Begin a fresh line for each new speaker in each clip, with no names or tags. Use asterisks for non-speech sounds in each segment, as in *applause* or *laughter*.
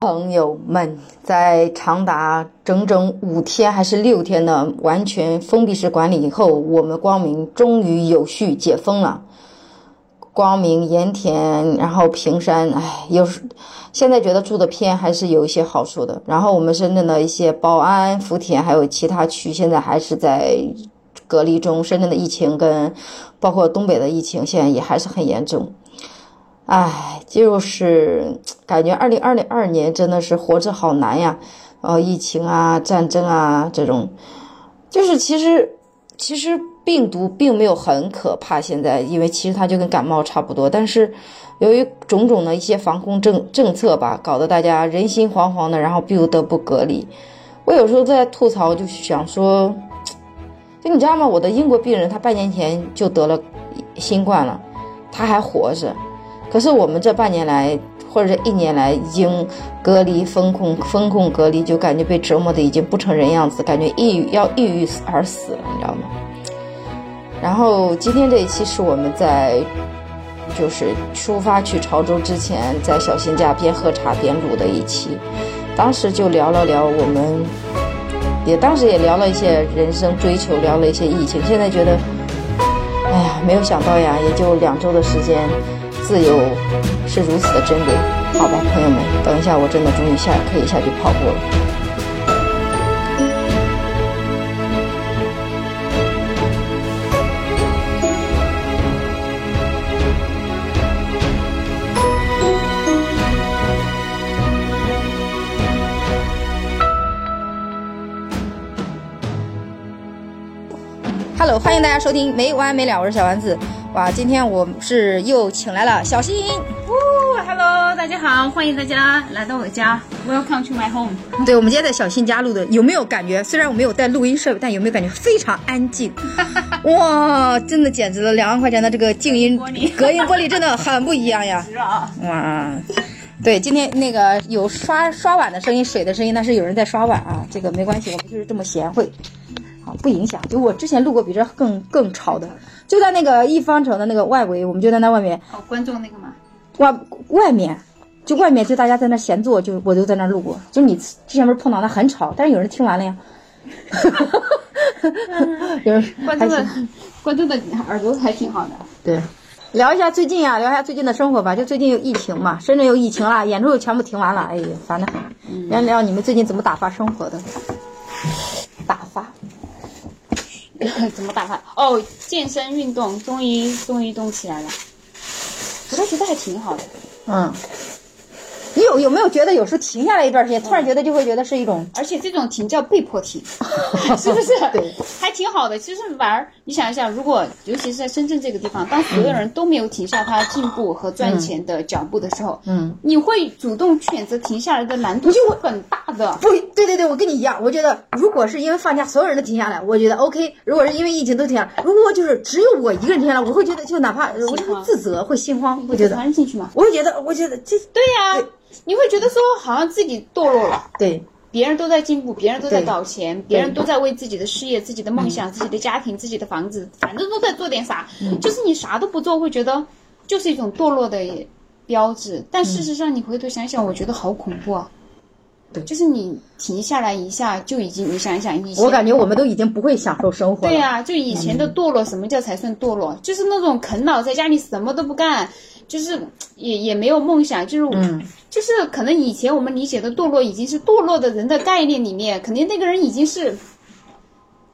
朋友们在长达整整五天还是六天的完全封闭式管理以后，我们光明终于有序解封了。光明、盐田，然后平山，哎，有时现在觉得住的偏还是有一些好处的。然后我们深圳的一些宝安、福田，还有其他区，现在还是在隔离中。深圳的疫情跟包括东北的疫情，现在也还是很严重。唉，就是感觉二零二零二年真的是活着好难呀！呃，疫情啊、战争啊这种，就是其实其实。病毒并没有很可怕，现在因为其实它就跟感冒差不多，但是由于种种的一些防控政政策吧，搞得大家人心惶惶的，然后不得不隔离。我有时候在吐槽，就想说，就你知道吗？我的英国病人他半年前就得了新冠了，他还活着，可是我们这半年来或者这一年来已经隔离封控封控隔离，就感觉被折磨的已经不成人样子，感觉抑郁要抑郁而死了，你知道吗？然后今天这一期是我们在，就是出发去潮州之前，在小新家边喝茶边录的一期，当时就聊了聊我们，也当时也聊了一些人生追求，聊了一些疫情。现在觉得，哎呀，没有想到呀，也就两周的时间，自由是如此的珍贵。好吧，朋友们，等一下，我真的终于下可以下去跑步了。Hello，欢迎大家收听没完没了，我是小丸子。哇，今天我是又请来了小新。
哦，Hello，大家好，欢迎大家来到我家，Welcome to my home。
对，我们今天在小新家录的，有没有感觉？虽然我没有带录音设备，但有没有感觉非常安
*laughs*
静？哇，真的简直了！两万块钱的这个静音隔音玻璃真的很不一样呀！
啊
哇，对，今天那个有刷刷碗的声音、水的声音，那是有人在刷碗啊，这个没关系，我们就是这么贤惠。好，不影响。就我之前录过比这更更吵的，就在那个一方城的那个外围，我们就在那外面，
哦，观众那个嘛，
外外面，就外面就大家在那闲坐，就我就在那录过。就你之前不是碰到那很吵，但是有人听完了呀。 *laughs* 有人
观众的观众的耳朵还挺好的。
对，聊一下最近啊，聊一下最近的生活吧。就最近有疫情嘛，深圳有疫情啦，演出又全部停完了，哎呀，烦得很。聊聊你们最近怎么打发生活的？打发。
*laughs* 怎么打发？哦，健身运动终于终于动起来了，我倒觉得还挺好的。
嗯，你有有没有觉得有时候停下来一段时间，突然觉得就会觉得是一种
而且这种停叫被迫 *laughs* 停，是不是？
对，
还挺好的。其实玩儿，你想一想，如果尤其是在深圳这个地方，当所有人都没有停下他进步和赚钱的脚步的时候，
嗯，
你会主动选择停下来的难度是很大的。
不对对对，我跟你一样，我觉得如果是因为放假所有人都停下来，我觉得 OK；如果是因为疫情都停下来，如果就是只有我一个人停下来，我会觉得就哪怕我就会自责，会心嗯慌，会觉得
传进去嘛？
我会觉得，我觉得这
对呀、你会觉得说好像自己堕落了。
对
别人都在进步，别人都在搞钱，别人
对嗯
都在为自己的事业、自己的梦想、自己的家庭、自己的房子，反正都在做点啥。就是你啥都不做，会觉得就是一种堕落的标志。但
嗯
事实上，你回头想想，我觉得好恐怖啊！
对
就是你停下来一下，就已经你想一想，以前
我感觉我们都已经不会享受生活了。嗯
对呀、就以前的堕落，什么叫才算堕落？就是那种啃老，在家里什么都不干，就是也也没有梦想，就是我、
嗯
就是可能以前我们理解的堕落，已经是堕落的人的概念里面，肯定那个人已经是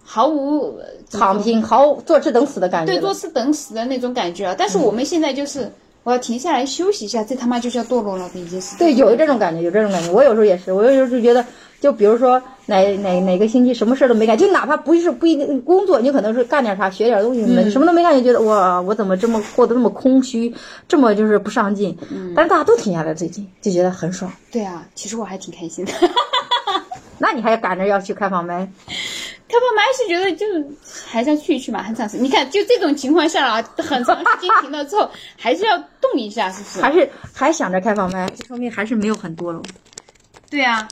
毫无呃怎么说
躺平，毫无坐吃等死的感觉。
对坐吃等死的那种感
嗯
觉了。但是我们现在就是。我要停下来休息一下，这他妈就叫堕落了的一件事。
对，有这种感觉，有这种感觉。我有时候也是，我有时候就觉得，就比如说哪哪哪个星期什么事儿都没干，就哪怕不是不一定工作，你可能是干点啥、学点东西，没、什么都没干，就觉得哇，我怎么这么过得那么空虚，这么就是不上进。但是大家都停下来，最近就觉得很爽。
对啊，其实我还挺开心的。
那你还赶着要去开放麦？
开放麦是觉得就还是要去一去嘛，很长时间。你看，就这种情况下啊，很长时间停了之后，还是要动一下，是不是？
还是还想着开放麦？这说明还是没有很多了。
对啊，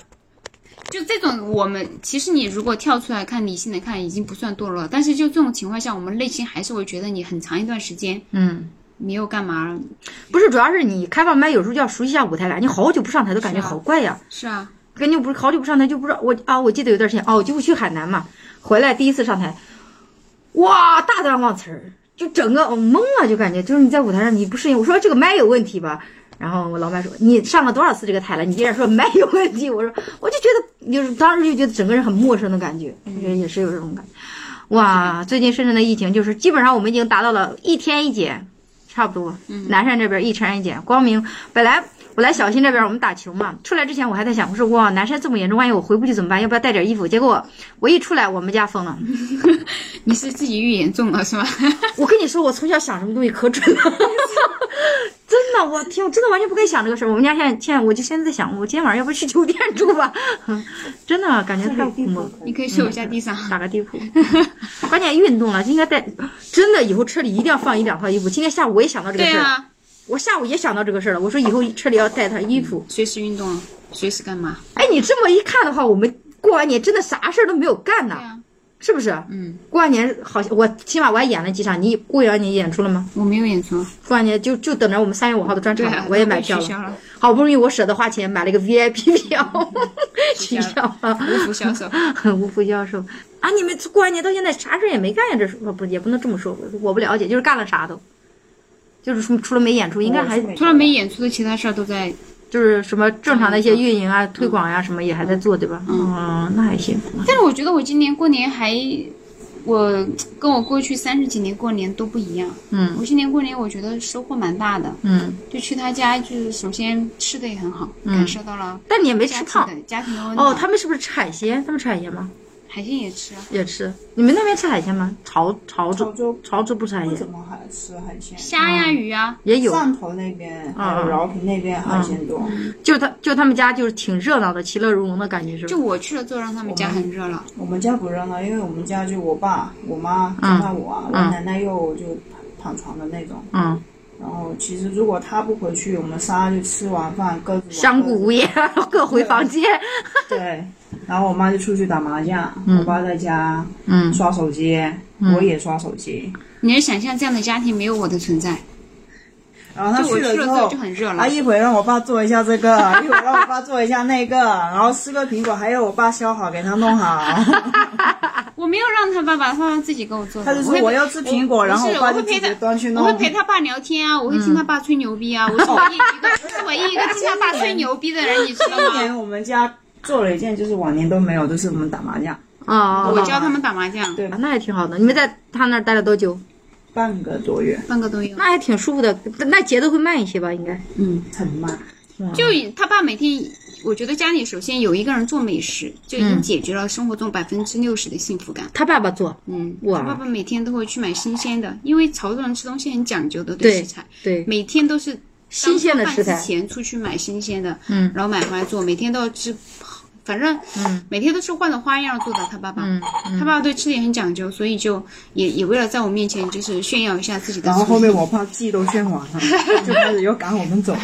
就这种我们其实你如果跳出来看，理性的看，已经不算堕落了。但是就这种情况下，我们内心还是会觉得你很长一段时间
嗯，
没有干嘛，
不是，主要是你开放麦有时候就要熟悉一下舞台啦。你好久不上台都感觉
是啊
好怪呀、
是啊，
跟就不是好久不上台，就不知道我啊，我记得有段时间哦，我就去海南嘛，回来第一次上台，哇，大段忘词儿，就整个我懵了，就感觉就是你在舞台上你不适应。我说这个麦有问题吧，然后我老板说你上了多少次这个台了，你依然说麦有问题。我说我就觉得就是当时就觉得整个人很陌生的感觉，也也是有这种感觉。哇，最近深圳的疫情就是基本上我们已经达到了一天一检，差不多。南山这边一天一检，光明本来我来小新这边我们打球嘛，出来之前我还在想，我说哇，南山这么严重，万一我回不去怎么办？要不要带点衣服？结果我一出来，我们家封了。
你是自己预言中了是 *laughs* 吧？
我跟你说，我从小想什么东西可准了，真的，我天，我真的完全不该想这个事儿。我们家现在现在我就现在在想，我今天晚上要不去酒店住吧？ *laughs* 真的感觉太恐怖了。
你可以睡我家地上。 *laughs*
打个地铺，关键运动了，就应该带。真的，以后车里一定要放一两套衣服。今天下午我也想到这个
对
事儿了，
啊，
我下午也想到这个事儿了。我说以后车里要带套衣服。
随时运动啊，随时干嘛？
哎，你这么一看的话，我们过完年真的啥事儿都没有干呢，
对啊
是不是？
嗯，
过完年好像我起码我还演了几场。你过完年演出了吗？
我没有演出。
过完年就就等着我们三月五号的专
对
场
啊
了，，我也买票
取消
了。
了，
好不容易我舍得花钱买了一个
*laughs*
VIP 票，取
消
消了。
无福消受。
*laughs* 很无福消受啊！你们过完年到现在啥事儿也没干呀？这是不也不能这么说，我不了解，就是干了啥都，就是除除了没演出，应该还
除了没演出的其他事儿都在，
就是什么正常的一些运营啊、推广
嗯
呀、什么也还在做，对吧？嗯，那还行。
但是我觉得我今年过年还，我跟我过去三十几年过年都不一样。
嗯，
我今年过年我觉得收获蛮大的。
嗯，
就去他家，就是首先吃的也很好，感受到了
但你也没
家
吃
庭
胖
的家庭的温
哦。
暖。
他嗯们是不是吃海鲜？他们吃海鲜吗？
海鲜也吃啊，
也吃。你们那边吃海鲜吗？潮潮
潮
州
州
潮州不吃海
不
鲜
怎，么海吃海鲜。
虾呀鱼啊，
也有。
汕头那边还有饶平那边海鲜多，
嗯
就他就他们家就是挺热闹的，其乐融融的感觉是吧
就？我去了之后让他们家很热闹。
我们家不热闹，因为我们家就我爸、我妈
嗯
加上我啊，我奶奶又就躺床的那种。
嗯，
然后其实如果她不回去，我们仨就吃完饭各自玩
相顾无言， *laughs* 各回房间。
对，然后我妈就出去打麻将，我爸在家
嗯
刷手机，
嗯
我也刷手机。
你能想象这样的家庭没有我的存在？
然后他
就我
了
去了
之
之
后
后就很热闹
啊，一会儿让我爸做一下这个，一会儿让我爸做一下那个，然后四个苹果还有我爸削好给他弄好。
我没有让他爸爸，他爸自己给我做的。
他就是
会
我要吃苹果，然后
不是
我爸
会
就自
陪
己
他
端去弄。嗯哦
我会陪他爸聊天啊，我会听他爸吹牛逼啊，我是唯一一个，我是唯一一个听他爸吹牛逼的人，你知道
*laughs* 今
吗？
年我们家做了一件就是往年都没有，就是我们打麻将，
啊，
嗯我教他们打麻将，
对
啊，那也挺好的。你们在他那儿待了多久？
半个多月，
半个都有。
嗯
那还挺舒服的，那节奏会慢一些吧？应该。
嗯，
很慢。
就他爸每天，我觉得家里首先有一个人做美食，就已经
嗯
解决了生活中百分之六十的幸福感。
他爸爸做，
嗯，
哇
他爸爸每天都会去买新鲜的，因为潮州人吃东西很讲究的，
对
食材，
对，
每天都是
新鲜的食材
当饭之前出去买新鲜的，
嗯，
然后买回来做，每天都要吃，反正
嗯
每天都是换着花样做的。他爸爸，
嗯
他爸爸对吃的也很讲究，所以就也也为了在我面前就是炫耀一下自己的
*laughs* 然
厨艺。
后后面我爸记都炫完了， *laughs* 就开始又赶我们走了。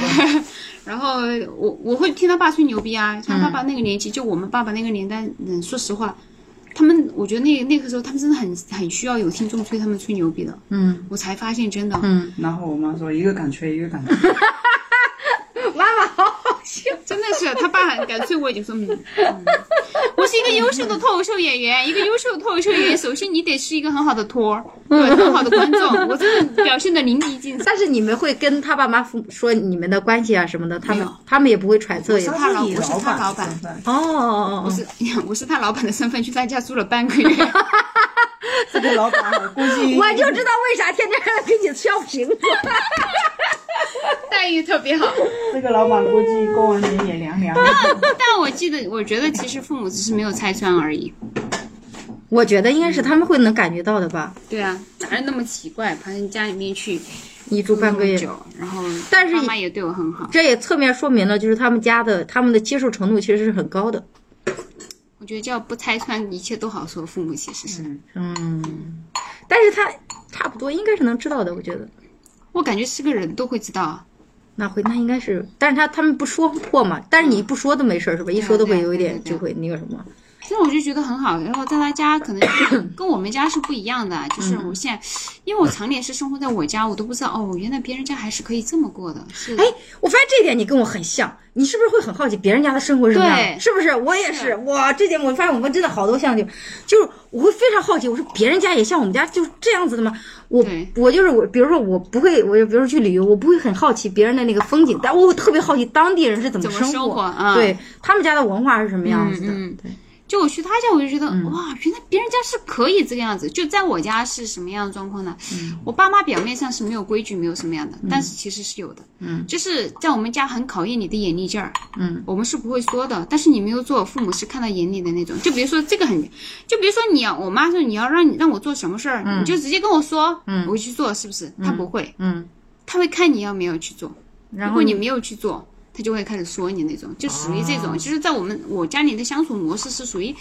然后我我会听他爸吹牛逼啊，像爸爸那个年
嗯
纪，就我们爸爸那个年代，嗯，说实话，他们我觉得那那个时候他们真的很很需要有听众吹他们吹牛逼的，
嗯，
我才发现真的，
嗯
然后我妈说一个敢吹一个 *laughs* 敢吹，
妈妈好好笑。
真的是他爸很干脆，我已经说，嗯，嗯我是一个优秀的脱口秀演员，一个优秀的脱口秀演员，首先你得是一个很好的托儿，对，很好的观众，我真的表现的淋漓尽致。
但是你们会跟他爸妈父说你们的关系啊什么的，他
没
们
有
他们也不会揣测也。
我
哦
是
他
他老
以
我是他
板
老
的身
板，
份，
哦哦哦，
是我是他老板的身份去他家住了半个月，
*laughs* 这个老板 *laughs* 我估计
*laughs* 我就知道为啥天天给你削苹果。
待遇特别好。
这个老板估计过完年也凉凉的。 *laughs*
但我记得，我觉得其实父母只是没有拆穿而已。
*laughs* 我觉得应该是他们会能感觉到的吧，
对啊，哪有那么奇怪？跑人家里面去
一住半个
那么
月。
久，然后
但是
妈妈也对我很好。
这也侧面说明了，就是他们家的他们的接受程度其实是很高的。
我觉得叫不拆穿，一切都好说。父母其实是、
嗯，但是他差不多应该是能知道的，我觉得。
我感觉是个人都会知道啊。
那会那应该是，但是他他们不说破嘛，但是你不说都没事儿是吧？一说都会有一
对啊
点
对啊
就会那个什么。
这种我就觉得很好。然后在他家可能
*coughs*
跟我们家是不一样的，就是
嗯
我现在，因为我常年是生活在我家，我都不知道哦，原来别人家还是可以这么过的。是，
哎，我发现这点你跟我很像，你是不是会很好奇别人家的生活是什么样的？
对
是不是？我也是，
是
哇，这点我发现我们真的好多像地方，就是我会非常好奇，我说别人家也像我们家就是这样子的吗？我
对
我就是我，比如说我不会，我就比如说去旅游，我不会很好奇别人的那个风景，但我特别好奇当地人是怎么
怎么
生
生活啊
对他们家的文化是什么样子的，
嗯嗯
对，嗯
就我去他家，我就觉得、哇，原来别人家是可以这个样子。就在我家是什么样的状况呢？
嗯
我爸妈表面上是没有规矩，没有什么样的，但是其实是有的。
嗯，
就是在我们家很考验你的眼力劲儿。
嗯，
我们是不会说的，但是你没有做，父母是看到眼里的那种。就比如说这个很，就比如说你要，我妈说你要让你让我做什么事儿，你就直接跟我说，嗯，我去做，是不是？她不会，
嗯，
她会看你要没有去做。
然
如
后
果你没有去做，他就会开始说你那种，就属于这
哦
种。就是在我们我家里的相处模式是属于，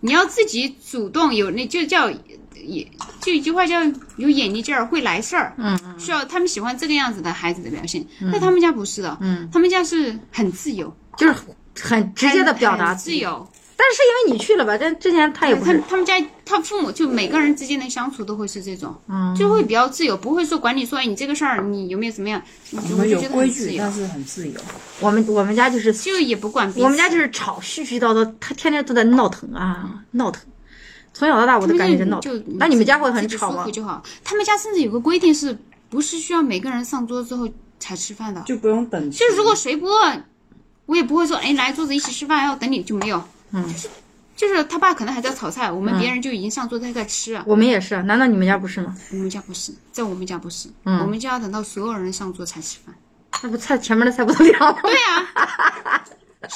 你要自己主动有那就叫也就一句话叫有眼力劲儿，会来事儿。嗯需要他们喜欢这个样子的孩子的表现，但他们家不是的。嗯，他们家是很自由，
就是很直接的表达
很
自
自
己，
由。
但是因为你去了吧，但之前他也不
他
是，
他们家他父母就每个人之间的相处都会是这种，
嗯
就会比较自由，不会说管你说哎你这个事儿你有没有怎么样，
我
我
们
就
有
觉得
规
很自
矩，
由
但，是很自由。
我们我们家就是
就也不管彼此。
我们家就是吵，絮絮叨叨，他天天都在闹腾啊，闹腾。从小到大，我的感觉是闹
就
腾。那你们家会很
自己
吵
舒
吗
服？就好。他们家甚至有个规定，是不是需要每个人上桌之后才吃饭的？
就不用等齐。
就是如果谁不饿，我也不会说，哎，来桌子一起吃饭，要等你就没有。
嗯
就是就是他爸可能还在炒菜，我们别人就已经上桌在在吃了。
我们也是，啊难道你们家不是吗？
我们家不是，在我们家不是，
嗯
我们家要等到所有人上桌才吃饭。
那不菜前面的菜不都凉了？
对啊，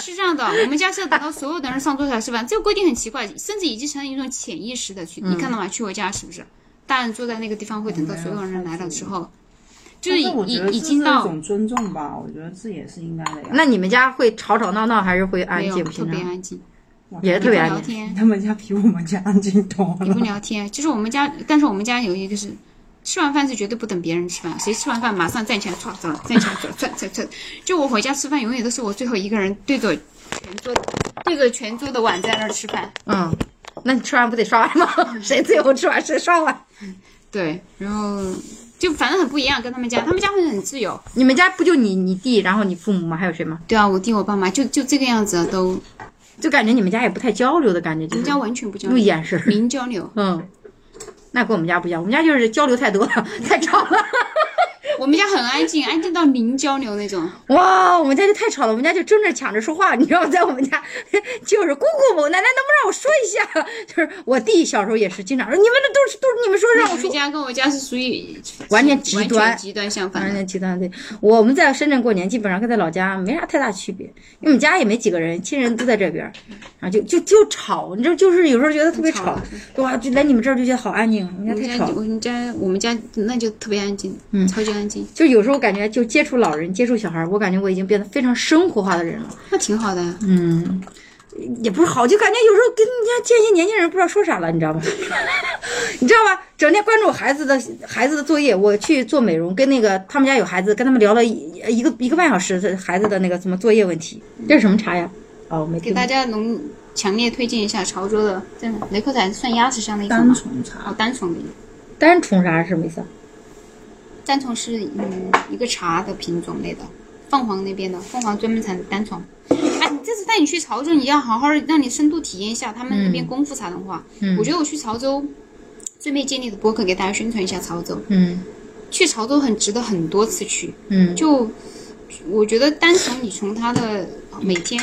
是这样的，我们家是要等到所有的人上桌才吃饭，这个规定很奇怪，甚至已经成了一种潜意识的去，你看到吗？去我家是不是？大人坐在那个地方，会等到所有人来了之后，
哎
就是已
但是我
已
觉得这
已
是
经
一
到
种尊重吧，我觉得这也是应该的呀。
那你们家会吵吵闹闹，还是会啊安
没有
静
特
平
别
常？
安静，
也是特别
不
安
聊
静。
天，
他们家比我们家安静多
也
了
不。聊天。就是我们家，但是我们家有一个就是。吃完饭是绝对不等别人吃饭，谁吃完饭马上站起来唰走，站起来走，窜窜窜。就我回家吃饭，永远都是我最后一个人对着全桌对着全桌的碗在那儿吃饭。
嗯，那你吃完不得刷碗
*laughs*
吗？谁最后吃完谁刷碗？
对，然后就反正很不一样，跟他们家，他们家会很自由。
你们家不就你你弟，然后你父母吗？还有谁吗？
对啊，我弟我爸妈就就这个样子啊，都
就感觉你们家也不太交流的感觉，
我
就
们
是
家完全不交
不
流，
掩饰。
零交流。
嗯，那跟我们家不一样，我们家就是交流太多了，太吵了。
我们家很安静，安静到零交流那种。
哇，我们家就太吵了，我们家就争着抢着说话， *laughs* 你知道吗？在我们家，就是姑姑，我奶奶能不能让我说一下？ *laughs* 就是我弟小时候也是经常说，你们那都是都是你们说让我
你们 *laughs*
说，
家跟我家是属于
*laughs* 完全极
极
端
极端相
反
反的。
正极端对。我们在深圳过年，基本上跟在老家没啥太大区别，因为我们家也没几个人，亲人都在这边儿，然后就就就吵，你知道，就是有时候觉得特别
很
吵
吵，
哇，就来你们这儿就觉得好安静，我
我
们
们
家太
家
吵了。
我们家我们家那就特别安静，嗯，超级安静，
就有时候感觉就接触老人、接触小孩儿，我感觉我已经变得非常生活化的人了。
那挺好的。
嗯，也不是好，就感觉有时候跟人家见一些年轻人不知道说啥了，你知道吗？ *laughs* 你知道吧？整天关注孩子的孩子的作业，我去做美容，跟那个他们家有孩子，跟他们聊了一一个一个半小时的孩子的那个什么作业问题，这是什么茶呀？哦，没
给
听。
大家浓强烈推荐一下潮州的，这雷克仔算鸭子香的一种
单
吗？
纯
哦
茶，，
单丛的一种，
单冲啥是什么意思啊？
单丛是嗯一个茶的品种类的，凤凰那边的凤凰专门产单丛。哎，这次带你去潮州，你要好好让你深度体验一下他们那边功夫茶文化。我觉得我去潮州，顺便借你的博客给大家宣传一下潮州。
嗯
去潮州很值得很多次去，
嗯
就我觉得单从你从他的每天，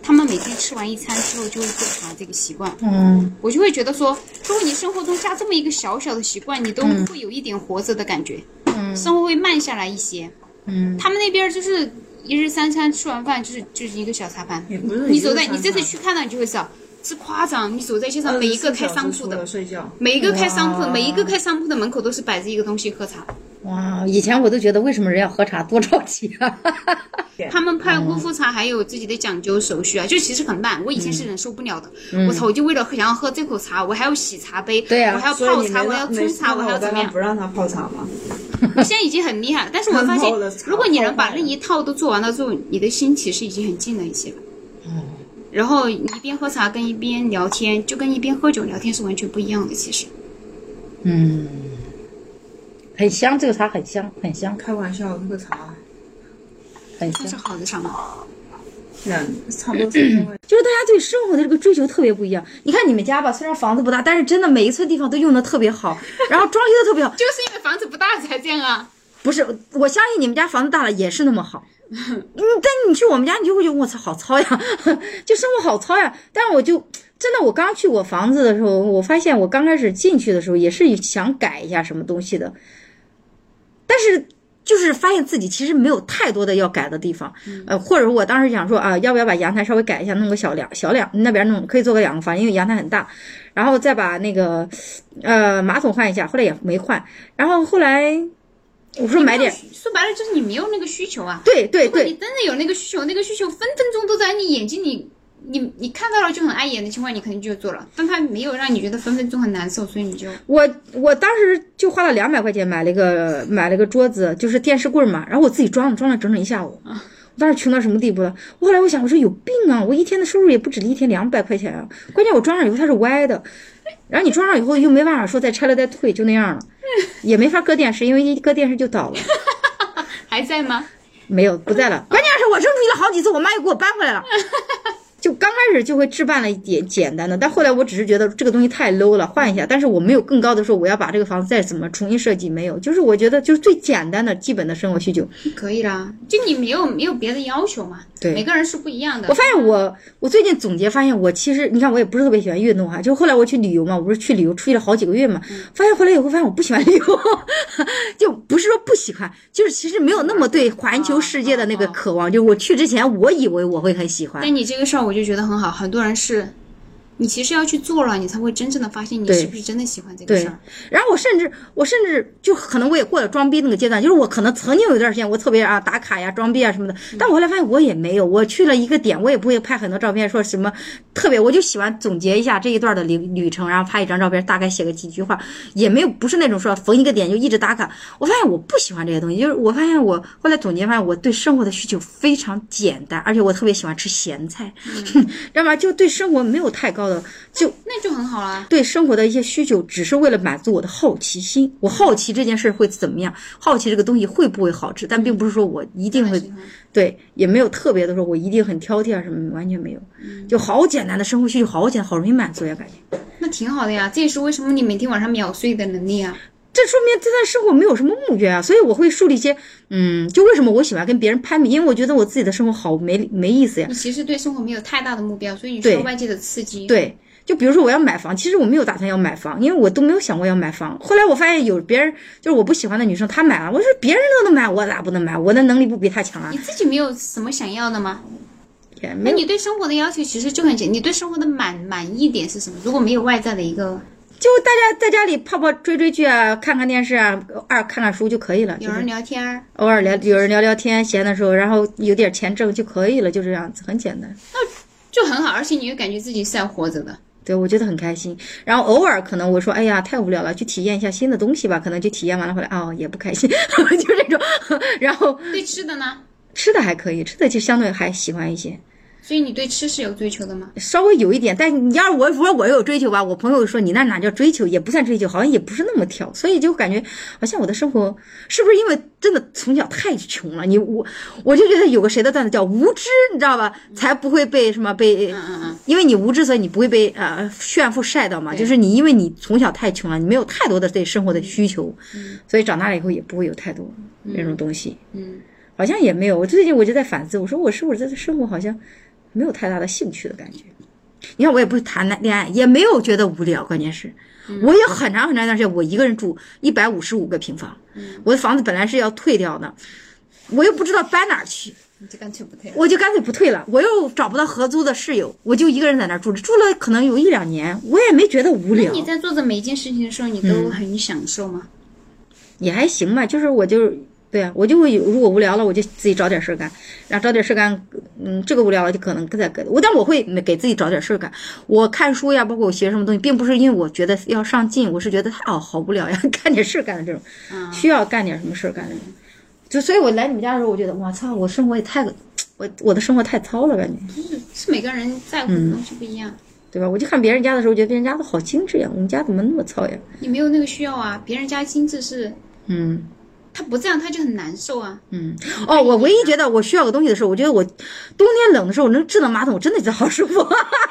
他们每天吃完一餐之后就会做茶这个习惯，
嗯
我就会觉得说，如果你生活中加这么一个小小的习惯，你都
嗯
会有一点活着的感觉，
嗯
生活会慢下来一些。
嗯，
他们那边就是一日三餐，吃完饭就是就是一个小茶盘。
也不是
你
一个
走在
餐啊
你这次
饭
去看到你就会知道，是夸张。你走在街上，
24
每一个开商
小
铺
时除了
的，
睡觉，
每一个开商铺的，
哇
每一个开商铺的门口都是摆着一个东西喝茶。
哇，以前我都觉得为什么人要喝茶多着急啊？ *laughs*
他
嗯
们泡功夫茶还有自己的讲究手续啊，就其实很慢。我以前是
嗯
忍受不了的，我操，我就为了想要喝这口茶，我还要洗茶杯，
对啊
我还要
所以
泡
你
茶，
没
我
让
要
没
冲茶，
看
我
到
还要
我
怎么
刚刚
样
不？让他泡茶吗？
我现在已经很厉害了，但是我发现
很好的，茶
如果你能把
泡
那
饭
一套都做完了之后，你的心其实已经很静了一些了。然后你一边喝茶跟一边聊天，就跟一边喝酒聊天是完全不一样的。其实，
嗯，很香，这个茶很香，很香，
开玩笑，这个茶，
很
这是
香。
好的茶吗？
两差不多是因为
就是大家对生活的这个追求特别不一样。你看你们家吧，虽然房子不大，但是真的每一寸地方都用的特别好，然后装修的特别好。
就是因为房子不大才这样啊。
不是，我相信你们家房子大了也是那么好。嗯，但你去我们家，你就会觉得我操，好糙呀， *laughs* 就生活好糙呀。但我就真的，我刚去我房子的时候，我发现我刚开始进去的时候也是想改一下什么东西的，但是就是发现自己其实没有太多的要改的地方。呃，或者我当时想说啊，要不要把阳台稍微改一下，弄个小两小两那边弄可以做个两个房，因为阳台很大，然后再把那个呃马桶换一下，后来也没换。然后后来我说买点。
说白了就是你没有那个需求啊。
对对
如果你
对，
真的有那个需求，那个需求分分钟都在你眼睛里，你你看到了就很碍眼的情况，你肯定就做了。但它没有让你觉得分分钟很难受，所以你就
我我当时就花了两百块钱买了一个买了个桌子，就是电视柜嘛，然后我自己装了装了整整一下午。我当时穷到什么地步了？我后来我想，我说有病啊！我一天的收入也不止一天两百块钱啊！关键我装上以后它是歪的，然后你装上以后又没办法说再拆了再退，就那样了，也没法搁电视，因为一搁电视就倒了，
还在吗？
没有不在了。 *laughs* 关键是我扔出去了好几次，我妈又给我搬回来了。 *laughs* 就刚开始就会置办了一点简单的，但后来我只是觉得这个东西太 low 了，换一下。但是我没有更高的说我要把这个房子再怎么重新设计，没有。就是我觉得就是最简单的基本的生活需求。
可以啦，就你没有没有别的要求嘛。
对
每个人是不一样的。
我发现我我最近总结发现我其实你看我也不是特别喜欢运动啊哈、就后来我去旅游嘛，我不是去旅游出去了好几个月嘛，发现回来以后发现我不喜欢旅游， *laughs* 就不是说不喜欢，就是其实没有那么对环球世界的那个
哦哦哦
渴望。就我去之前我以为我会很喜欢，
但你这个事儿，我就觉得很好。很多人是，你其实要去做了，你才会真正的发现你
对
是不是真的喜欢这个
对
事儿。
然后我甚至我甚至就可能我也过了装逼那个阶段，就是我可能曾经有一段时间我特别啊打卡呀、装逼啊什么的，但我后来发现我也没有，我去了一个点，我也不会拍很多照片，说什么特别，我就喜欢总结一下这一段的旅旅程，然后拍一张照片，大概写个几句话，也没有不是那种说逢一个点就一直打卡。我发现我不喜欢这些东西，就是我发现我后来总结发现我对生活的需求非常简单，而且我特别喜欢吃咸菜， *laughs* 知道吗？就对生活没有太高的就
那就很好啦。
对生活的一些需求，只是为了满足我的好奇心。我好奇这件事会怎么样，好奇这个东西会不会好吃，但并不是说我一定会
当然喜欢
对，也没有特别的说我一定很挑剔啊什么，完全没有，就好简单的生活需求，好简单，好容易满足呀，感觉。
那挺好的呀，这也是为什么你每天晚上秒睡的能力啊。
这说明这段生活没有什么目标啊，所以我会树立一些，嗯，就为什么我喜欢跟别人攀比，因为我觉得我自己的生活好没没意思呀
你。其实对生活没有太大的目标，所以你需要
对
外界的刺激。，
对，就比如说我要买房，其实我没有打算要买房，因为我都没有想过要买房。后来我发现有别人，就是我不喜欢的女生，她买了，我说别人都能买，我咋不能买？我的能力不比她强啊
你？自己没有什么想要的吗？
也
那
没有，
你对生活的要求其实就很简，你对生活的满满意点是什么？如果没有外在的一个，
就大家在家里泡泡追追剧啊，看看电视啊，二看看书就可以了。
有
就是哦
人聊天儿，
偶尔聊，有人聊聊天，闲的时候，然后有点钱挣就可以了，就这样子，很简单。
就很好，而且你会感觉自己是还活着的。
对，我觉得很开心。然后偶尔可能我说，哎呀，太无聊了，去体验一下新的东西吧。可能就体验完了，回来哦也不开心， *laughs* 就这种。然后
对吃的呢？
吃的还可以，吃的就相对还喜欢一些，
所以你对吃是有追求的吗？
稍微有一点。但你要是我说我有追求吧，我朋友说你那哪叫追求，也不算追求，好像也不是那么挑，所以就感觉好像我的生活是不是因为真的从小太穷了？你我 *laughs* 我就觉得有个谁的段子叫无知，你知道吧？才不会被什么被
嗯嗯嗯，
因为你无知，所以你不会被呃炫富晒到嘛。
对
就是你因为你从小太穷了，你没有太多的对生活的需求，所以长大了以后也不会有太多那种东西。
嗯，
好像也没有。我最近我就在反思，我说我是不是在这生活好像没有太大的兴趣的感觉。你看，我也不是谈恋恋爱，也没有觉得无聊，关键是。我也很长很长一段时间，我一个人住一百五十五个平方，我的房子本来是要退掉的，我又不知道搬哪儿去，
你就干脆不退了。
我就干脆不退了，我又找不到合租的室友，我就一个人在那儿住着，住了可能有一两年，我嗯也没觉得无
那
聊，
你在做的每一件事情的时候，你都很享受吗？
也还行吧。就是我就对啊，我就会有如果无聊了，我就自己找点事儿干，然后找点事儿干，嗯，这个无聊了就可能跟在跟我，但我会给自己找点事儿干。我看书呀，包括我学什么东西，并不是因为我觉得要上进，我是觉得哦好无聊呀， *laughs* 干点事儿干的这种， *laughs* 需要干点什么事儿干的这种。就所以，我来你们家的时候，我觉得我操，我生活也太我我的生活太糙了，感觉，
是每个人在乎
嗯
的东西不一样。
对吧？我就看别人家的时候，觉得别人家都好精致呀，我们家怎么那么糙呀？
你没有那个需要啊，别人家精致是
嗯
他不这样他就很难受啊。
嗯。哦，我唯一觉得我需要个东西的时候，我觉得我冬天冷的时候，我能制冷马桶，我真的觉得好舒服。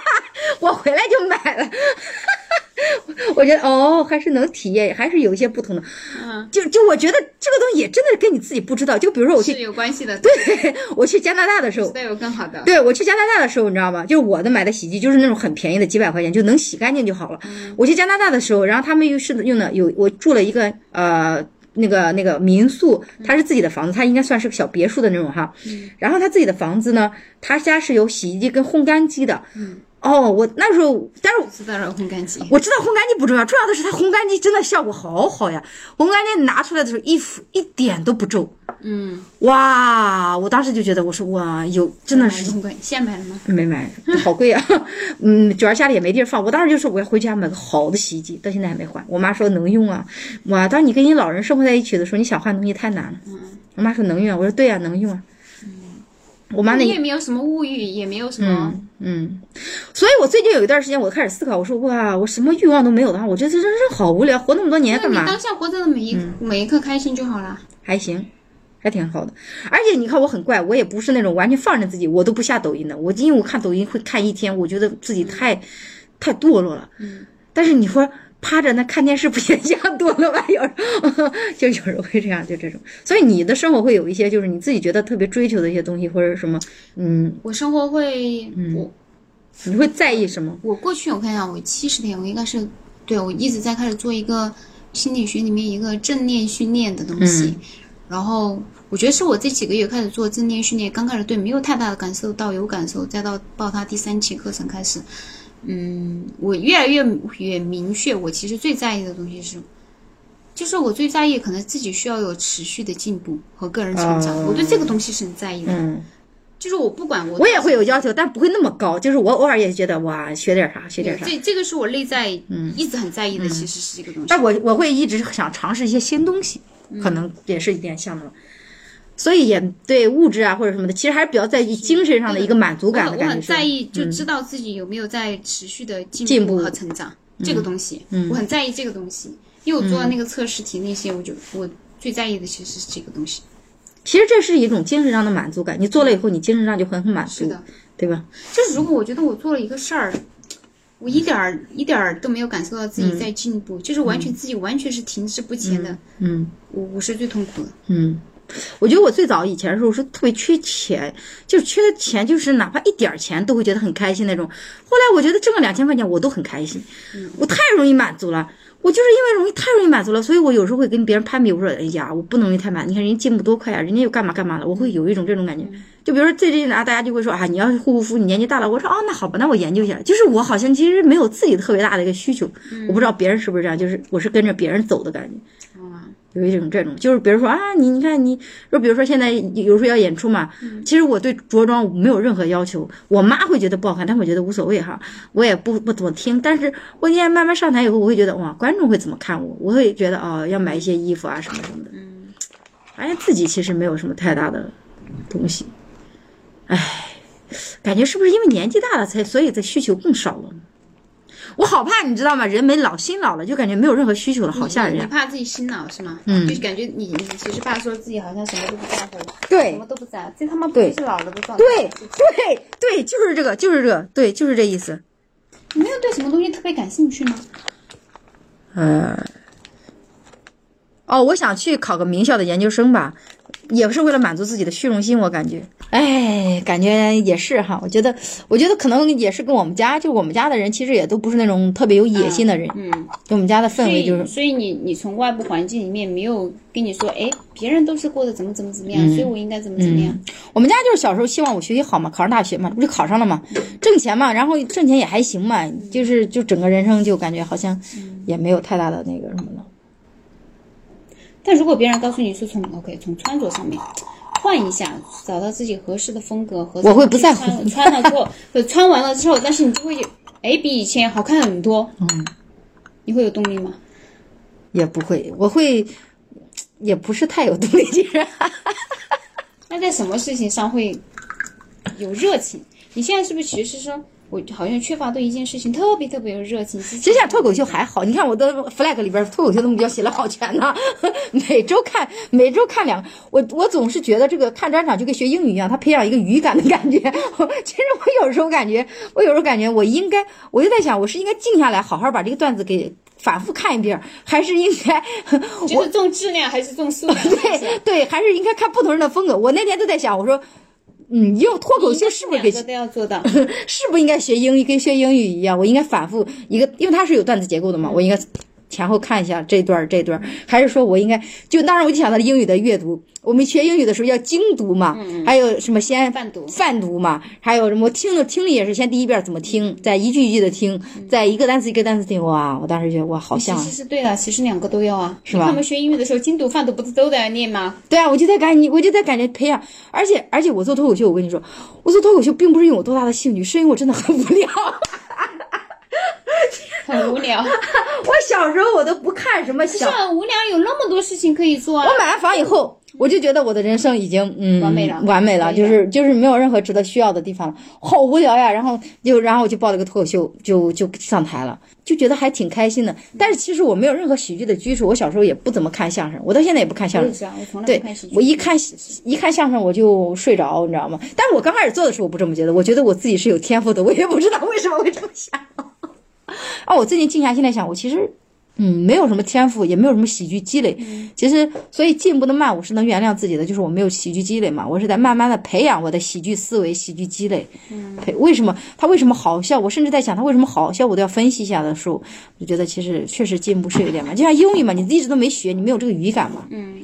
*laughs* 我回来就买了。 *laughs* 我觉得哦，还是能体验，还是有一些不同的。
嗯，
就就我觉得这个东西也真的是跟你自己不知道。就比如说我
是
去，
有关系的，
对 *laughs* 我去加拿大的时候，
再有更好的。
对我去加拿大的时候，你知道吗？就是我的买的洗衣机就是那种很便宜的，几百块钱就能洗干净就好了。我去加拿大的时候，然后他们又是用的有我住了一个呃。那个那个民宿，它是自己的房子，它应该算是个小别墅的那种哈。然后他自己的房子呢，他家是有洗衣机跟烘干机的。哦，我那时候，但是
知道了，烘干机。
我知道烘干机不重要，重要的是它烘干机真的效果好好呀！烘干机拿出来的时候，衣服一点都不皱。
嗯，
哇！我当时就觉得，我说哇，有真的
买
是
了烘干，现在买了吗？
没买，好贵啊！ *laughs* 嗯，主要家里也没地儿放。我当时就说我要回家买个好的洗衣机，到现在还没换。我妈说能用啊。哇，当你跟你老人生活在一起的时候，你想换东西太难了。
嗯
我妈说能用啊，我说对呀、能用啊。我妈那
你
一
也没有什么物欲，也没有什么，
嗯，所以我最近有一段时间，我开始思考，我说哇，我什么欲望都没有的话，我觉得这人生好无聊，活那么多年
那
干
你
嘛？嗯
当下活着的每一、每一刻开心就好了。
还行，还挺好的。而且你看我很怪，我也不是那种完全放任自己，我都不下抖音的。我因为我看抖音会看一天，我觉得自己太、太堕落了。嗯，但是你说趴着那看电视不也像堕落吗？有时候 *laughs* 就有时候会这样，就这种。所以你的生活会有一些就是你自己觉得特别追求的一些东西，或者什么，嗯，
我生活会，我
你会在意什么？
我过去我看一下，我七十天，我应该是对我一直在开始做一个心理学里面一个正念训练的东
嗯
西，然后我觉得是我这几个月开始做正念训练，刚开始对没有太大的感受到有感受，再到报他第三期课程开始，嗯，我越来越越明确，我其实最在意的东西是。就是我最在意，可能自己需要有持续的进步和个人成长，
哦
我对这个东西是很在意的。
嗯，
就是我不管我
我也会有要求，但不会那么高。就是我偶尔也觉得哇，学点啥，学点啥。
这这个是我内在一直很在意的，其实是这个东西。
嗯但我我会一直想尝试一些新东西，可
嗯
能也是一点像的吧。所以也对物质啊或者什么的，其实还是比较在意精神上的一个满足
我
感
很
的
我
感觉。
很
是吧嗯
在意，就知道自己有没有在持续的进
进
步
步嗯
和成长这个东西，我很在意这个东西，因为我做了那个测试题那些，我就我最在意的其实是这个东西。
其实这是一种精神上的满足感，你做了以后，你精神上就很很满
是
足
的，，
对吧？
就是如果我觉得我做了一个事儿。我一点儿一点儿都没有感受到自己在进步，就是完全自己完全是停滞不前的，
嗯
我我是最痛苦的。
嗯，我觉得我最早以前的时候是特别缺钱，就是缺的钱就是哪怕一点儿钱都会觉得很开心那种。后来我觉得挣个两千块钱我都很开心，我太容易满足了。我就是因为容易太容易满足了，所以我有时候会跟别人攀比，我说：“哎呀，我不能容易太满，你看人家进步多快啊，人家又干嘛干嘛了。”我会有一种这种感觉。就比如说最近啊，大家就会说啊，你要是护肤服，你年纪大了，我说哦，那好吧，那我研究一下。就是我好像其实没有自己特别大的一个需求，我不知道别人是不是这样，就是我是跟着别人走的感觉。有一种这种，就是比如说啊，你你看你，就比如说现在有时候要演出嘛，其实我对着装没有任何要求，我妈会觉得不好看，但我觉得无所谓哈，我也不不怎么听，但是我现在慢慢上台以后，我会觉得哇，观众会怎么看我？我会觉得哦，要买一些衣服啊什么什么的，发现自己其实没有什么太大的东西，唉，感觉是不是因为年纪大了才，所以这需求更少了？我好怕，你知道吗？人没老，心老了，就感觉没有任何需求了，好吓人啊
你
呀！
怕自己心恼是吗？嗯，就感觉你你其实怕说自己好像什么都不在乎，
对
什么都不在乎，这他妈不
对
是老了的状态。
对对对，就是这个，就是这个，对，就是这意思。
你没有对什么东西特别感兴趣吗？
嗯。哦，我想去考个名校的研究生吧，也是为了满足自己的虚荣心，我感觉。哎，感觉也是哈，我觉得，我觉得可能也是跟我们家，就我们家的人其实也都不是那种特别有野心的人，
嗯，
就我们家的氛
所
围
以
就是，
所以你你从外部环境里面没有跟你说，哎，别人都是过得怎么怎么怎
嗯
么样，所以我应该怎么怎么样。
我们家就是小时候希望我学习好嘛，考上大学嘛，这不就考上了嘛，挣钱嘛，然后挣钱也还行嘛，就是就整个人生就感觉好像也没有太大的那个什么了。
但如果别人告诉你说从 OK 从穿着上面。换一下，找到自己合适的风格和
我会不在乎
穿了
*laughs*
之后，就穿完了之后，但是你就会哎比以前好看很多，嗯，你会有动力吗？
也不会，我会也不是太有动力，其实。
那在什么事情上会有热情。你现在是不是其实说我好像缺乏对一件事情特别特别有热情？
*laughs*
其
其实像脱口秀还好，你看我的 flag 里边脱口秀的目标写了好全呢、 *laughs* 每周看每周看两，我我总是觉得这个看专场就跟学英语一样，它培养一个语感的感觉。 *laughs* 其实我有时候感觉，我有时候感觉我应该，我就在想，我是应该静下来好好把这个段子给反复看一遍，还是应该 *laughs* 我
就是重质量还是重数量？
*laughs* 对对，还是应该看不同人的风格。我那天都在想，我说。嗯，用脱口秀是不是给
两个都要
*laughs*
做到？
是不是应该学英语，跟学英语一样？我应该反复一个，因为它是有段子结构的嘛，我应该前后看一下这段儿这段儿，还是说我应该就当然我就想到了英语的阅读，我们学英语的时候要精读嘛，还有什么先
泛
*laughs*
读
泛读嘛，还有什么听的听力也是先第一遍怎么听，再一句一句的听，再一个单词一个单词听，哇，我当时觉得哇好像
其
啊
实，是对的，其实两个都要啊。
是吧
他们学英语的时候，精读、泛读不是都得要念吗？
对啊，我就在感觉，我就在感觉培养，而且而且我做脱口秀，我跟你说，我做脱口秀并不是因为我多大的兴趣，是因为我真的很无聊。
很无
*laughs*
聊，
我小时候我都不看什么
是啊
小
很无聊，有那么多事情可以做啊
我。买完房以后，我就觉得我的人生已经嗯
完美了
完美了，
可以
就
了
是就是没有任何值得需要的地方了，好无聊呀。然后就然后我就报了个脱口秀，就就上台了，就觉得还挺开心的。但是其实我没有任何喜剧的基础，我小时候也不怎么看相声，我到现在也不看相声
我也。是啊，我从来
对
不看喜剧。
我一看一看相声我就睡着，你知道吗？但是我刚开始做的时候我不这么觉得，我觉得我自己是有天赋的，我也不知道为什么会这么想。 *laughs* 啊，我最近静下心来想，我其实。嗯，没有什么天赋，也没有什么喜剧积累。其实，所以进步的慢，我是能原谅自己的，就是我没有喜剧积累嘛。我是在慢慢的培养我的喜剧思维、喜剧积累。培为什么他为什么好笑？我甚至在想他为什么好笑，我都要分析一下的时候，我觉得其实确实进步是有一点慢。就像英语嘛，你一直都没学，你没有这个语感嘛。
嗯，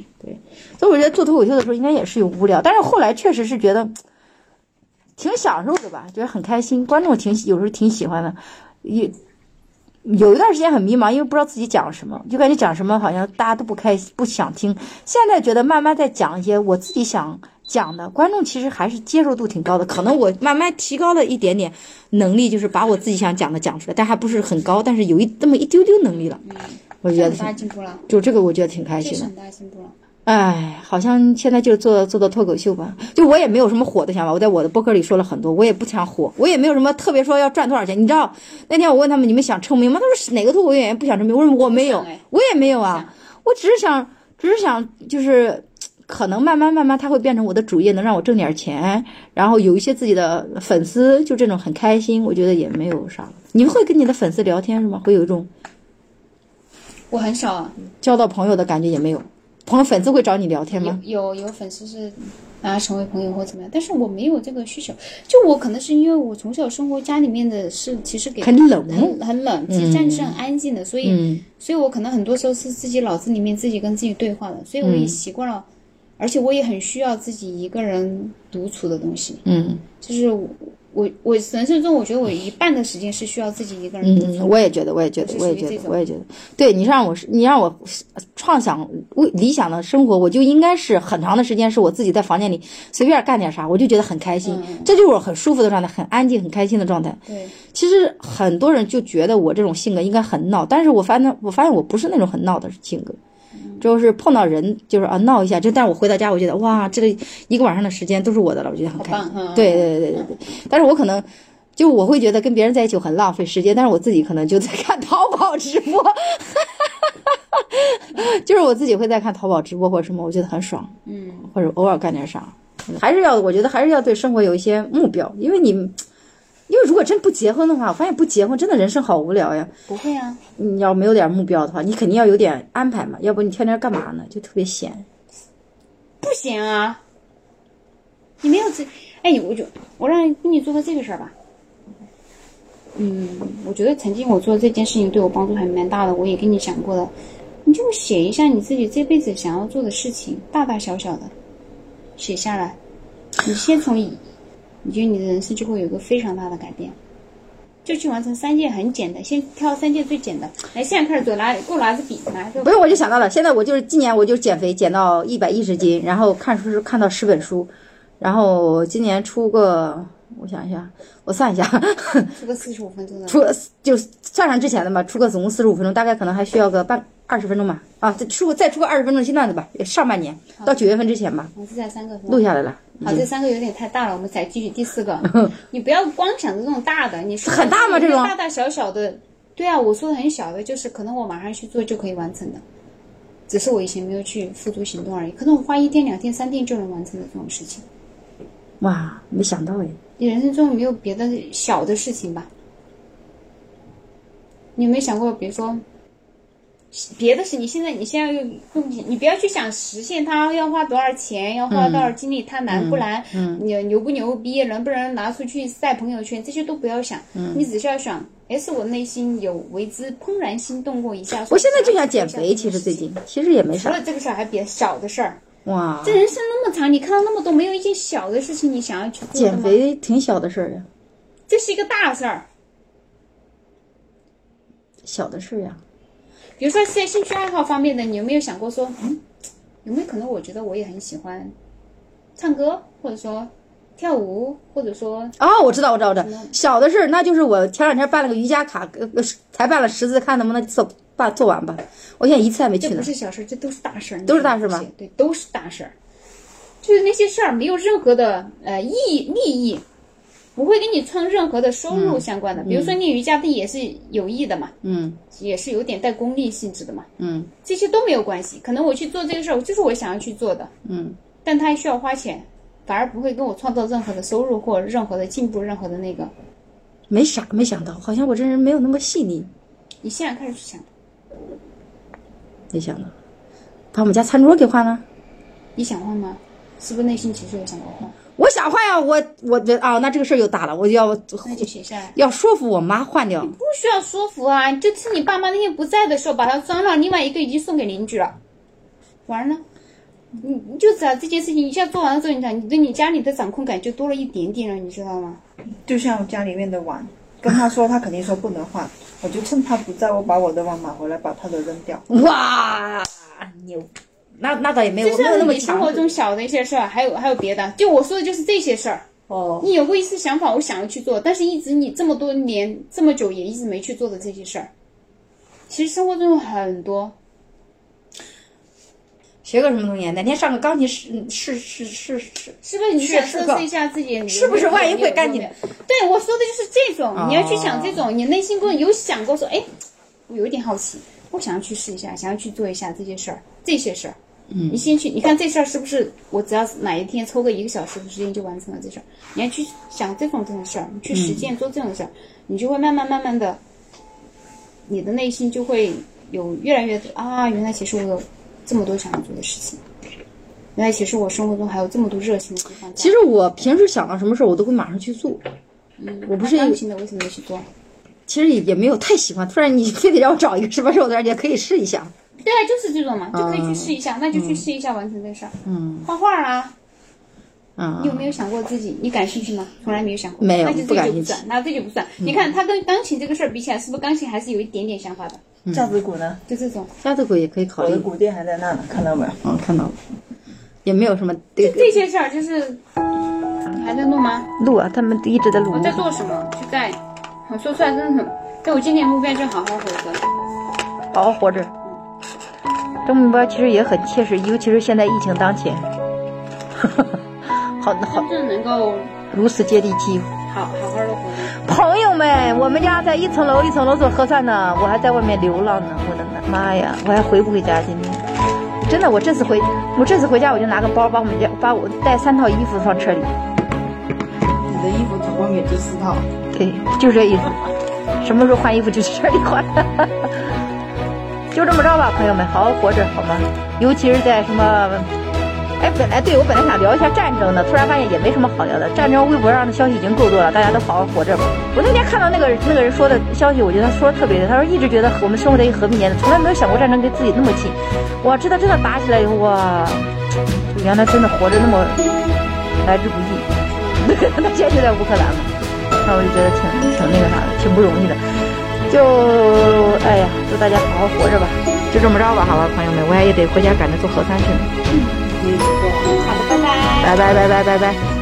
所以我觉得做脱口秀的时候应该也是有无聊，但是后来确实是觉得嗯挺享受的吧，觉得很开心，观众挺喜有时候挺喜欢的，也有一段时间很迷茫，因为不知道自己讲什么，就感觉讲什么好像大家都不开心，不想听。现在觉得慢慢在讲一些我自己想讲的，观众其实还是接受度挺高的。可能我慢慢提高了一点点能力，就是把我自己想讲的讲出来，但还不是很高，但是有一那么一丢丢能力了。我觉得
很大
挺
进步了，
就这个，我觉得挺开
这
心
是
的。
很大进步了。
哎，好像现在就是做做做脱口秀吧，就我也没有什么火的想法。我在我的博客里说了很多，我也不想火，我也没有什么特别说要赚多少钱。你知道那天我问他们你们想成名吗？他说哪个脱口秀演员不想成名？我说我没有
不想哎，
我也没有啊，我只是想，只是想就是。可能慢慢慢慢，它会变成我的主业，能让我挣点钱，然后有一些自己的粉丝，就这种很开心，我觉得也没有啥。你会跟你的粉丝聊天是吗？会有一种
我很少啊，
交到朋友的感觉也没有。朋友粉丝会找你聊天吗？
有有粉丝是啊成为朋友或怎么样，但是我没有这个需求。就我可能是因为我从小生活家里面的是其实给
很冷嗯
很很冷，其实家里是很安静的，所以、所以我可能很多时候是自己脑子里面自己跟自己对话的，所以我
嗯
也习惯了，而且我也很需要自己一个人独处的东西。
嗯，
就是我我我人生中我觉得我一半的时间是需要自己一个人独处。
嗯，我也觉得，我也觉得，
是
我也
属于
觉
这
得，
种
我也觉得，对你让我是，你让我是创想为理想的生活，我就应该是很长的时间是我自己在房间里随便干点啥，我就觉得很开
嗯
心，这就是我很舒服的状态，很安静、很开心的状态。
对，
其实很多人就觉得我这种性格应该很闹，但是我发现，我发现我不是那种很闹的性格。
嗯
就是碰到人，就是啊闹一下，就但是我回到家，我觉得哇，这个一个晚上的时间都是我的了，我觉得很开心
好。棒嗯
对对对对对，但是我可能就我会觉得跟别人在一起我很浪费时间，但是我自己可能就在看淘宝直播， *laughs* 就是我自己会在看淘宝直播或者什么，我觉得很爽，
嗯，
或者偶尔干点啥，还是要我觉得还是要对生活有一些目标，因为你，因为如果真不结婚的话，我发现不结婚真的人生好无聊呀。
不会啊，
你要没有点目标的话，你肯定要有点安排嘛，要不你天天干嘛呢？就特别闲。
不行啊，你没有自，哎，你我就我让你你做个这个事儿吧。嗯，我觉得曾经我做的这件事情对我帮助还蛮大的，我也跟你讲过了。你就写一下你自己这辈子想要做的事情，大大小小的，写下来。你先从以，你觉得你的人生就会有一个非常大的改变。就去完成三件很简单，先挑三件最简单。来，现在开始做，拿给我拿支笔，拿个
不用，我就想到了，现在我就是今年我就减肥减到一百一十斤，然后看书是看到十本书，然后今年出个，我想一下，我算一下， *laughs*
出个四十五分钟的。
出就算上之前的吧，出个总共四十五分钟，大概可能还需要个半二十分钟吧，啊，再出个再出个二十分钟新段子吧，上半年到九月份之前吧，
我是在三个是吧
录下来了，
好，这三个有点太大了，我们才继续第
*laughs*
四个。你不要光想着这种大的，你说
嗯很大吗
一个
这种
大大小小的，对啊，我说的很小的，就是可能我马上去做就可以完成的，只是我以前没有去付诸行动而已。可能我花一天、两天、三天就能完成的这种事情，
哇，没想到哎，
你人生中有没有别的小的事情吧？你有没有想过，比如说别的事？你现在你现在用用你不要去想实现它要花多少钱，要花多少精力，它难不难？
嗯
你牛不牛逼，能不能拿出去晒朋友圈，这些都不要想，
嗯
你只需要想，哎，是我内心有为之怦然心动过一下。
我现在就
所以
想
我
减
做一
肥，
下
其实最
这件事情
近其实也没
除
啥
了这个事儿，还比较小的事儿。
哇
这，人生那么长，你看到那么多没有一件小的事情你想要去做的
减
吗？
肥挺小的事儿呀，
这是一个大事儿。
小的事儿呀，
比如说在兴趣爱好方面的，你有没有想过说，嗯，有没有可能我觉得我也很喜欢唱歌，或者说跳舞，或者说
哦，我知道，我知道，我知道，
嗯
小的事儿，那就是我前两天办了个瑜伽卡，呃，呃才办了十次，看能不能做办做完吧。我现在一次还没
这
去
不
呢。
是小事儿，这都是大事儿，
都是大事吧
你对，都是大事儿，就是那些事儿没有任何的呃意义利益，不会给你创任何的收入相关的。比如说练瑜伽，它也是有益的嘛，
嗯
也是有点带功利性质的嘛，
嗯
这些都没有关系。可能我去做这个事儿，就是我想要去做的，
嗯，
但它需要花钱，反而不会给我创造任何的收入或任何的进步，任何的那个。
没啥，没想到，好像我这人没有那么细腻，
你现在开始去想，
没想到，把我们家餐桌给换了。
你想换吗？是不是内心其实有想过换？
我想换呀、我我的啊，那这个事儿就大了，我就要
那就写下来。
要说服我妈换掉。
不需要说服啊，你就趁你爸妈那天不在的时候，把它装了，另外一个已经送给邻居了。完了，你你就只要这件事情一下做完了之后，你想你对你家里的掌控感就多了一点点了，你知道吗？
就像家里面的碗，跟他说，他肯定说不能换， *laughs* 我就趁他不在，我把我的碗买回来，把他的扔掉。
哇，牛！那那倒也没有，
嗯
我
就
没有那
是
么
你生
强
活中小的一些事儿，还有还有别的，就我说的就是这些事儿。
哦。
你有过一丝想法，我想要去做，但是一直你这么多年这么久也一直没去做的这些事儿，其实生活中有很多。
学个什么东西？哪天上个钢琴嗯试试试试试？
是不是你想
是
测
个
试一下自己有没有
是不是万一会干你哦
有没有对，我说的就是这种，你要去想这种，你内心过有想过说，哎，我有一点好奇，我想要去试一下，想要去做一下这些事儿，这些事儿。嗯，你先去，你看这事儿是不是我只要哪一天抽个一个小时的时间就完成了这事儿？你要去想这种这种事儿，你去实践做这种事儿，你就会慢慢慢慢的，你的内心就会有越来越多啊，原来其实我有这么多想要做的事情，原来其实我生活中还有这么多热情的地方在。
其实我平时想到什么事儿，我都会马上去做。我不是嗯
钢琴的，为什么没去做？
其实也也没有太喜欢，突然你非得让我找一个什么时候，我突然觉得可以试一下。
对啊，就是这种嘛，就可以去试一下，那就去试一下完成这事儿。
嗯
画画啊，
啊
你有没有想过自己？你感兴趣吗？从来没有想过，
没有
那就
不
这
感
就
兴
不
趣嗯
算，那这就不算。你看他跟钢琴这个事儿比起来，是不是钢琴还是有一点点想法的？
架子鼓呢？
就这种，
家都可以可以考
我
虑
的。鼓垫还在那呢，看到没有？
嗯，看到了，也没有什么这
这些事儿就是，你还在录吗？
录啊，他们一直在录
我在做什么？就在，我说出来真的很，但我今年目标就好好活着。
好好活着。这目标其实也很切实，尤其是现在疫情当前， *laughs* 好好
就是能够
如此接地气。
好好好的活着，
朋友们，我们家在一层楼一层楼做核酸呢，我还在外面流浪呢，我的妈呀，我还回不回家今天？真的，我这次回，我这次回家我就拿个包，把我们家把我带三套衣服放车里，
你的衣服总共也就四套，
对，就这意思。什么时候换衣服就去这里换，就这么着吧，朋友们，好好活着好吗？尤其是在什么，哎，本来对我本来想聊一下战争的，突然发现也没什么好聊的。战争微博上的消息已经够多了，大家都好好活着吧。我那天看到那个那个人说的消息，我觉得他说的特别对，他说一直觉得我们生活在一个和平年代，从来没有想过战争跟自己那么近。哇，知道真的打起来以后，哇，就原来真的活着那么来之不易。 *laughs* 他现在就在乌克兰嘛。那我就觉得挺挺那个啥的，挺不容易的。就哎呀，祝大家好好活着吧，就这么着吧，好吧，朋友们，我也得回家赶着做核酸去了。
好的，拜
拜
拜。
拜拜拜拜拜。